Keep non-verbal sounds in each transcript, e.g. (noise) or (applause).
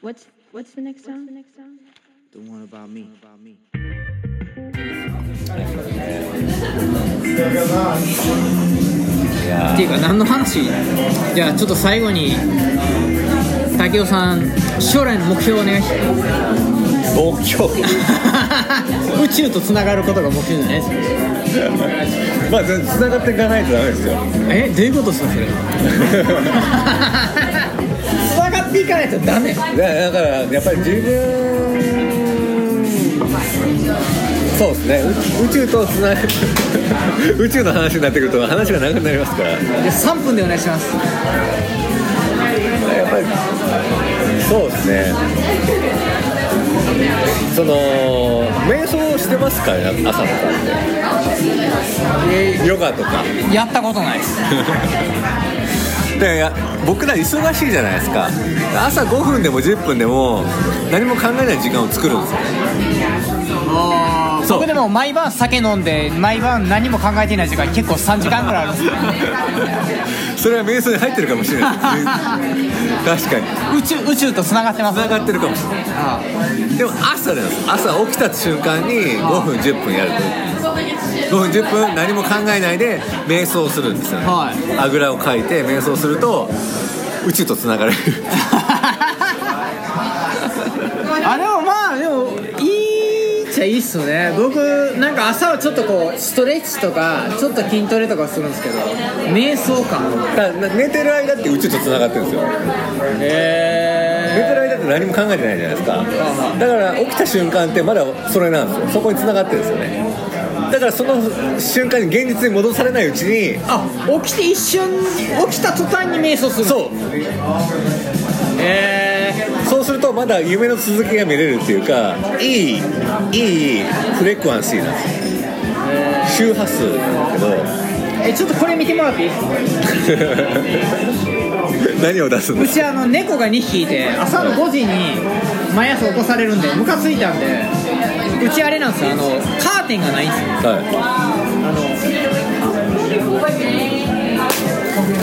What's What's the next song? The one about me. っていうか何の話じゃあちょっと最後に武雄さん将来の目標をお願いしま目標す宇宙とつながることが目標じゃないですか (laughs) まあつながっていかないとダメですよえどういうことですかそれつながっていかないとダメだだからやっぱり自分そうですねう宇宙とつなが宇宙の話になってくると話が長くなりますから3分でお願いしますやっぱりそうですねその瞑想してますからね朝とかってヨガとか (laughs) やったことないですでや僕ら忙しいじゃないですか朝5分でも10分でも何も考えない時間を作るんですよそう僕でも毎晩酒飲んで毎晩何も考えていない時間結構3時間ぐらいあるんですよそれは瞑想に入ってるかもしれない確かに宇宙宇宙とつながってます繋がってるかもしれないでも朝なんです朝起きた瞬間に5分10分やると5分10分何も考えないで瞑想するんですよね、はいあぐらをかいて瞑想すると宇宙とつながれるあでもまあでもいいっちゃいいっすよね僕なんか朝はちょっとこうストレッチとかちょっと筋トレとかするんですけど瞑想感だから寝てる間って宇宙とつながってるんですよ寝てへえる間って何も考えてないじゃないですかだから起きた瞬間ってまだそれなんですよそこに繋がってるんですよねだからその瞬間に現実に戻されないうちにあ起きて一瞬起きた途端に瞑想するそうへえそうするとまだ夢の続きが見れるっていうかいいいいフレクワンシーなんですよ周波数なんだえちょっとこれ見てもらっていいですかけど (laughs) 何を出すんうですちあの猫が2匹いて朝の5時に毎朝起こされるんでムカついたんでうちあれなんですよあのカーテンがないんですよか、はあのい、で勝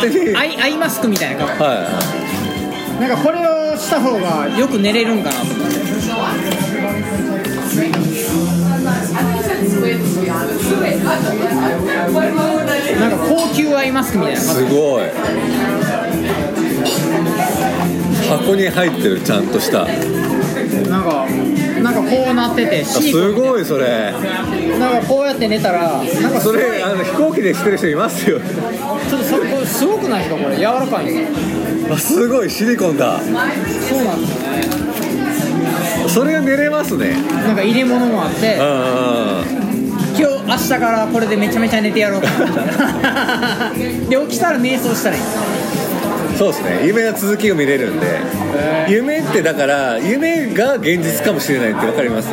手にアはいイアイマスクみたいな格は好なんかこれをした方がよく寝れるんかなと思ってなんか高級アイマスクみたいないすごい箱に入ってるちゃんとしたあなんかなんかこうなっててシートすごいそれなんかこうやって寝たらなんかすそごいれあの飛行機でしてる人いますよちょっとそれこれすごくないですかこれ柔らかいんですよあすごいシリコンだそうなんですよねそれが寝れますねなんか入れ物もあってあ今日明日からこれでめちゃめちゃ寝てやろうかな (laughs) で起きたら瞑想したらいいですあそうですね夢の続きが見れるんで夢ってだから夢が現実かもしれないって分かります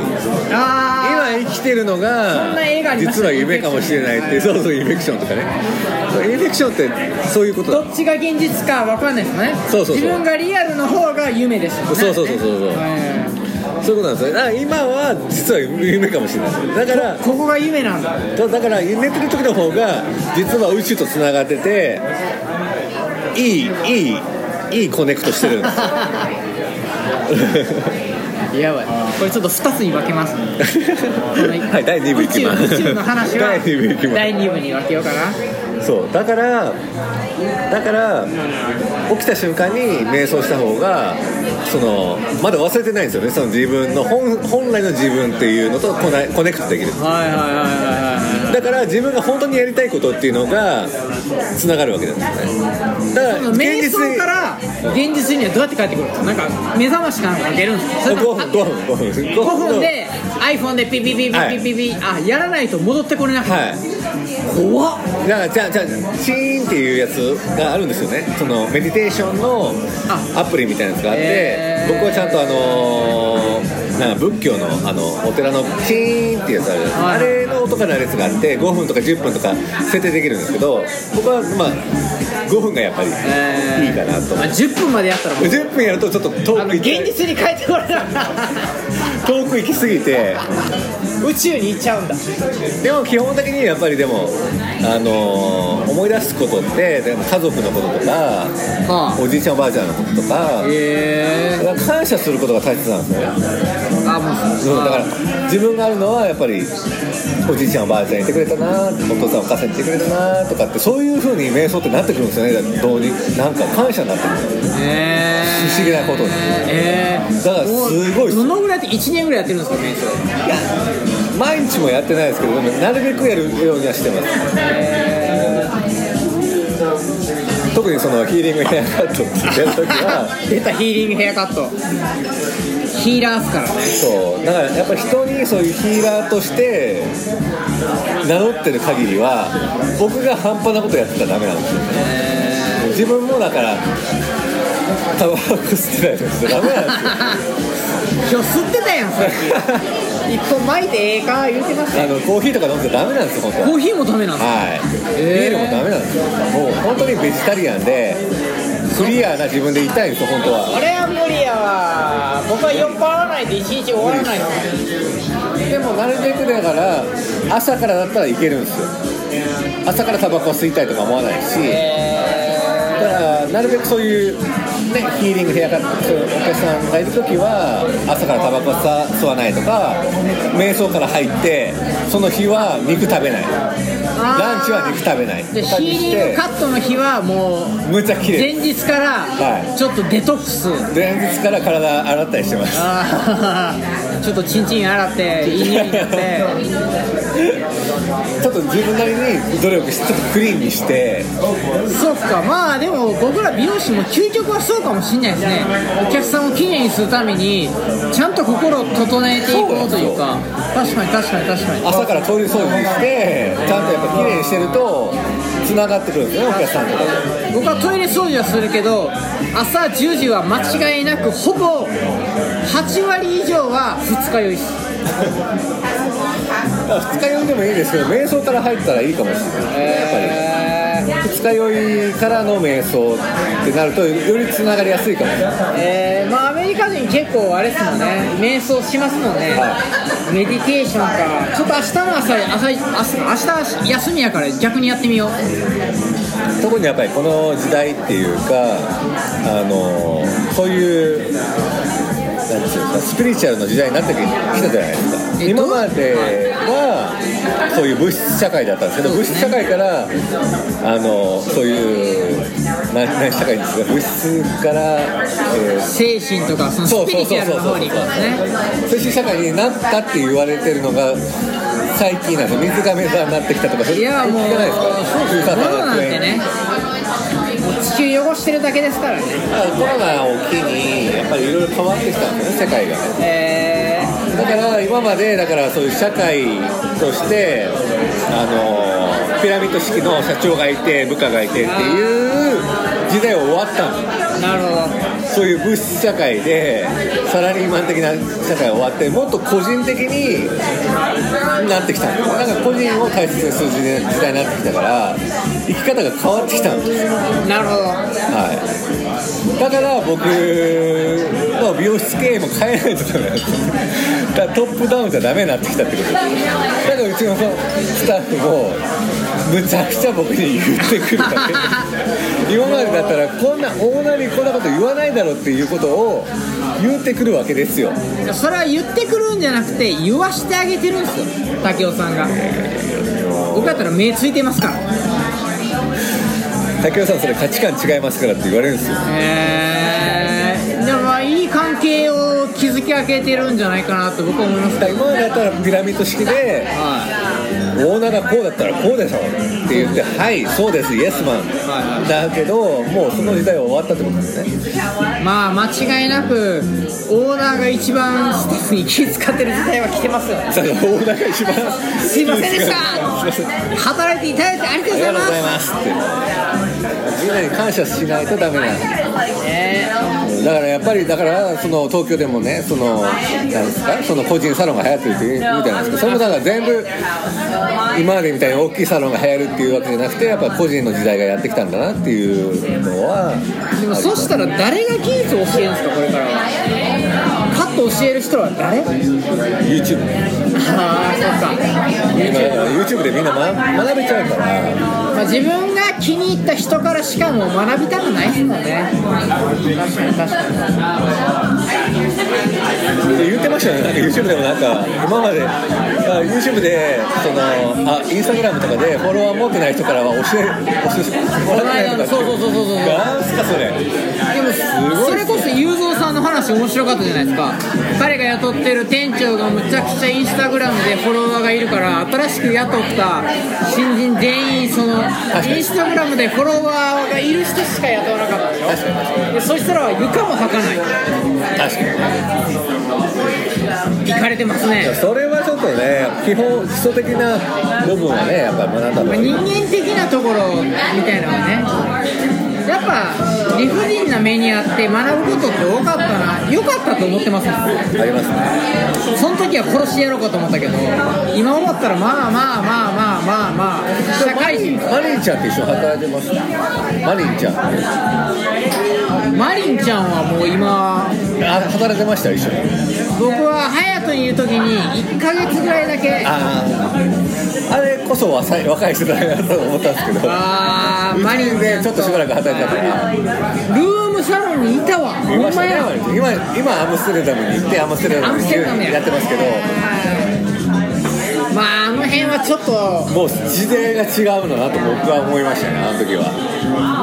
あ今生きてるのそんな映画あがりました実は夢かもしれないってそうそうインフェクションとかねインフェクションってそういうことどだっちが現実かわかんないですねそうそうそう自分がリアルの方が夢ですもんねそうそうそうそうそうえそういうことなんですよだから今は実は夢かもしれないですだからーここが夢なんだそうだから寝てる時の方が実は宇宙とつながってていいいいいいコネクトしてるんですよやばいこれちょっと2つに分けますねはい第2部いきます宇宙宇宙の話は第2部いきます第二部に分けようかなそうだからだから起きた瞬間に瞑想した方がそのまだ忘れてないんですよねその自分の本本来の自分っていうのとコネコネクトできるはいはいはいはいはいだから自分が本当にやりたいことっていうのがつながるわけですよねだから現瞑実想にから現実にはどうやって帰ってくるんですかなんか目覚ましかなんか出るんですかそれと5も分5分5分5 5分で iPhone でピピピピピピピ、あやらないと戻ってこれなくて、はい怖っだからじゃあじゃあチーンっていうやつがあるんですよねそのメディテーションのあアプリみたいなやつがあって、へー僕はちゃんとあのーなんか仏教のあのお寺のチーンっていうやつあるじゃないですかあれの音が鳴るやつがあって5分とか10分とか設定できるんですけど僕はまあ5分がやっぱりいいえーかなとあ10分までやったらもう10分やるとちょっとあ遠のく行現き実に帰ってこれなくて遠く行きすぎて宇宙に行っちゃうんだでも基本的にやっぱりでも、あのー思い出すことってでも家族のこととかはおじいちゃんおばあちゃんのこととかええだから感謝することが大切なんですよねあもうそうだから自分があるのはやっぱりおじいちゃんおばあちゃんいてくれたなお父さんお母さんいてくれたなとかってそういう風に瞑想ってなってくるんですよねだからどうになんか感謝になってくるんですよええ不思議なことにええだからすごいっすもうどのぐらいって1年ぐらいやってるんですか瞑想いや毎日もやってないですけどでもなるべくやるようにはしてます特にそのヒーリングヘアカットってやるときは出たヒーリングヘアカットヒーラーっすからねそうだからやっぱり人にそういうヒーラーとして名乗ってる限りは僕が半端なことやってたらダメなんですよ自分もだからタバコ吸ってないとダメなんですよ今日吸ってたやんさっ (laughs) き一本巻いてええか言うてましたあのコーヒーとか飲んじゃダメなんですよ本当はコーヒーもダメなんではい、えービールもダメなんですよもう本当にベジタリアンでクリアな自分でいたいんですよ本当はすあれは無理やわ僕は酔っ払わないで一日終わらないのでもなるべくだから朝からだったらいけるんですよ朝からタバコ吸いたいとか思わないし、だからなるべくそういう、ね、ヒーリング部屋からそういうお客さんがいる時は朝からタバコさ吸わないとか瞑想から入ってその日は肉食べないランチは肉食べないでとかヒにーしリングてカットの日はもうむっちゃ綺麗前日からはいちょっとデトックス、前日から体洗ったりしてますあー (laughs) ちょっとチンチン洗っていい匂いになって (laughs) ちょっと自分なりに努力してちょっとクリーンにしてそっかまあでも僕ら美容師も究極はそうかもしんないですねお客さんをきれいにするためにちゃんと心を整えていこうというか確かに確かに確かに朝からトイレ掃除してちゃんとやっぱ綺麗にしてるとつながってくるんですねお客さんとか僕はトイレ掃除はするけど朝10時は間違いなくほぼ8割以上は二日酔いっすだから二日酔いでもいいですけど瞑想から入ったらいいかもしれない、やっぱり二日酔いからの瞑想ってなるとよりつながりやすいかもしれないえー、まあアメリカ人結構あれっすもんね瞑想しますもんね、メディテーションかちょっと明日の朝朝明日明日休みやから逆にやってみよう特にやっぱりこの時代っていうかあのそういうなんていうんですかスピリチュアルの時代になってきたじゃないですかえっと今まではそういう物質社会だったんですけど、そうで物す質ね社会からあのそういうな何社会ですか物質から、えー精神とかそのそうスピそうリチそュアうルそうのそう方に行くんですね精神社会になったって言われてるのが最近なんですよ水がメザになってきたとかそれいやもう聞かないですかそうですコロナなんてねもう地球汚してるだけですからねだからコロナを機にやっぱりいろいろ変わってきたんですよね世界がねえだから今までだからそういう社会としてあのピラミッド式の社長がいて部下がいてっていう時代は終わったんですー、よなるほどそういう物質社会でサラリーマン的な社会が終わってもっと個人的になってきたんですなんか個人を大切にする時代時代になってきたから生き方が変わってきたんです、なるほどはい、だから僕の美容室経営も変えないとダメなんですだからトップダウンじゃダメになってきたってことですだからうちのスタッフもむちゃくちゃ僕に言ってくるだけ今までだったらこんなオーナーにこんなこと言わないだろうっていうことを言ってくるわけですよいやそれは言ってくるんじゃなくて言わしてあげてるんですよ武雄さんが僕だったら目ついてますから竹雄さんそれ価値観違いますからって言われるんですよえー、でもまあいい関係を築き上げてるんじゃないかなと僕は思いますだから今までだったらピラミッド式ではオーナーがこうだったらこうでしょって言って「はいそうですイエスマン」だけどもうその時代は終わったってことです (laughs) ねいまあ間違いなくオーナーが一番スタッフに気遣ってる時代は来てますよねだからオーナーが一番すいませんでしたすいませんあ働いていただいてありがとうりごがざいうとまごすざいますってみんなに感謝しないとダメなんでえだからやっぱりだからその東京でもねそのなんですかその個人サロンが流行ってるっていうじゃないですかそれもだから全部今までみたいに大きいサロンが流行るっていうわけじゃなくてやっぱ個人の時代がやってきたんだなっていうのはーでもそしたら誰が技術を教えるんですかこれからはカット教える人は誰あ YouTube あそっか今 YouTube でみんな、ま、学べちゃうからまあ、自分が気に入った人からしかもう学びたくないですもんね確かに確かにで言ってましたよね、なんか YouTube でもなんか、今まで、あ YouTube でそのあ、インスタグラムとかでフォロワー持ってない人からは教え、教え、もこらのえない間とかのってそうそうそうそうそうなんすか、それ、でもそれこそ雄三さんの話面白かったじゃないですか彼が雇ってる店長がむちゃくちゃインスタグラムでフォロワーがいるから新しく雇った新人全員そのインスタグラムでフォロワーがいる人しか雇わなかったでし確かに、ょでそしたら床も履かない確か行かれてますねに、それはちょっとね、基本、基礎的な部分はね、やっぱり学んだ方まがあいい人間的なところみたいなのはねやっぱ理不尽な目にあって学ぶことって多かったな良かったと思ってますもんありますね、その時は殺してやろうかと思ったけど今思ったらまあまあまあまあまあまあ社会人マリンちゃんって一緒に働いてますマリンちゃん、あマリンちゃんはもう今働いてました、一緒に。僕は隼人にいる時に1ヶ月ぐらいだけああーあれこそ若い若い世代だと思ったんですけど、あーマリンちゃでんちょっとしばらく働いてたから。ルームサロンにいたわ見ほまんしたまねや今今アムステルダムに行ってアムステルダアムムにステルダムややってますけどまああの辺はちょっともう時代が違うのなと僕は思いましたねあの時は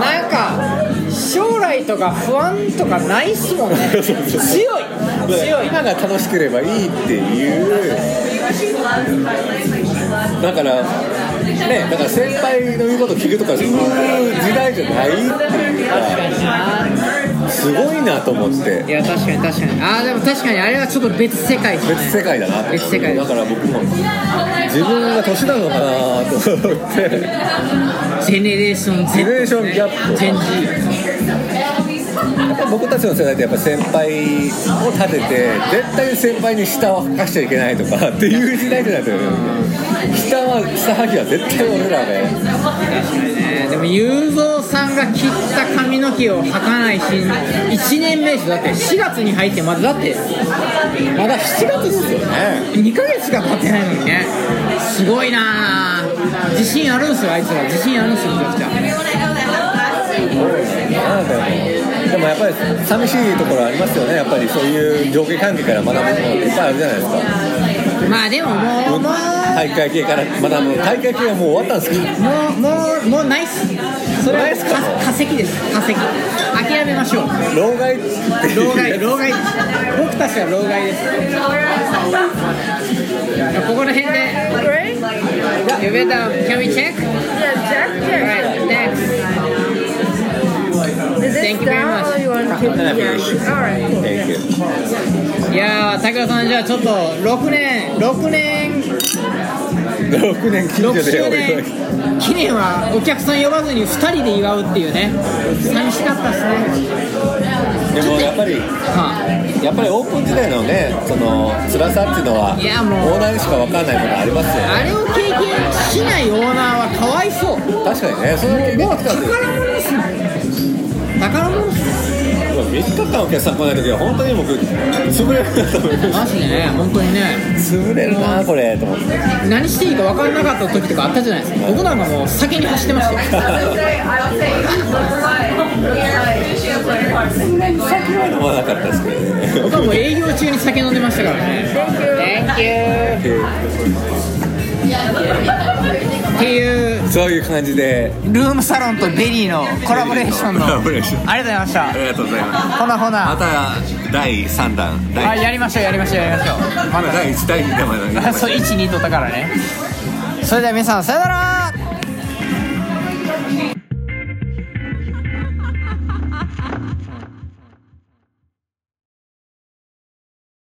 なんか将来とか不安とかないっすもんね強い強い今が楽しければいいっていうだからねだから先輩の言うこと聞くとかそういう時代じゃないっていうかすごいなと思っていや確かに確かにああでも確かにあれはちょっと別世界ですね別世界だなって別世界でだすから僕も自分が年なのかなと思 (laughs) ってジェネレーション Z ジェネレーションギャップチェンジ僕たちの世代ってやっぱ先輩を立てて絶対に先輩に下を履かしちゃいけないとかっていう時代じゃないと下は下履きは絶対俺らでねでも雄三さんが切った髪の毛を履かないし1年目でしょだって4月に入ってまだだってまだ7月ですよね2ヶ月しか経ってないのにねすごいなあ自信あるんすよあいつら自信あるんすよめちゃくちゃなんだよでもやっぱり寂しいところありますよねやっぱりそういう上下関係から学ぶものっていっぱいあるじゃないですかまあでももうも大会系から学ぶ大会系はもう終わったんですけどうもうもうもうないっすそれはか化石です化石諦めましょう老害っていう老害老害僕たちは老害ですここら辺で Great. You better can we check? Yeah, Jack here. Right, thanks. Is Thank it you very much. down or you want to keep Yeah, we should. it? All right. cool. Thank you いやー、武田さん、じゃあちょっと6年、6年、 6年近6所で周年記念はお客さん呼ばずに2人で祝うっていうね、寂しかったですね。でもやっぱりはやっぱりオープン時代のね、その辛さっていうのは、いやもうオーナーにしか分かんないものありますあ、よね、あれを経験しないオーナーはかわいそう。も確かにね、その経う験もうが来た宝んで、物ですね。宝物です。 3日間お客さん来ないときは、本当に僕、潰れるなと思いまマジでね、本当にね、す潰れるな、これと思って、何していいか分からなかった時とかあったじゃないですか。僕なんかもう先に走ってましたよ。酒は飲まなかったですけどね、僕はもう営業中に酒飲んでましたからね。Thank you. っていうそういう感じで、ルームサロンとベリーのコラボレーションのコラボレーションありがとうございましたありがとうございます。ほなほまなた第3弾、あ第やりましょうやりましょうやりましょうま1、第2弾まで (laughs) だそう12とったからねそれでは皆さんさよなら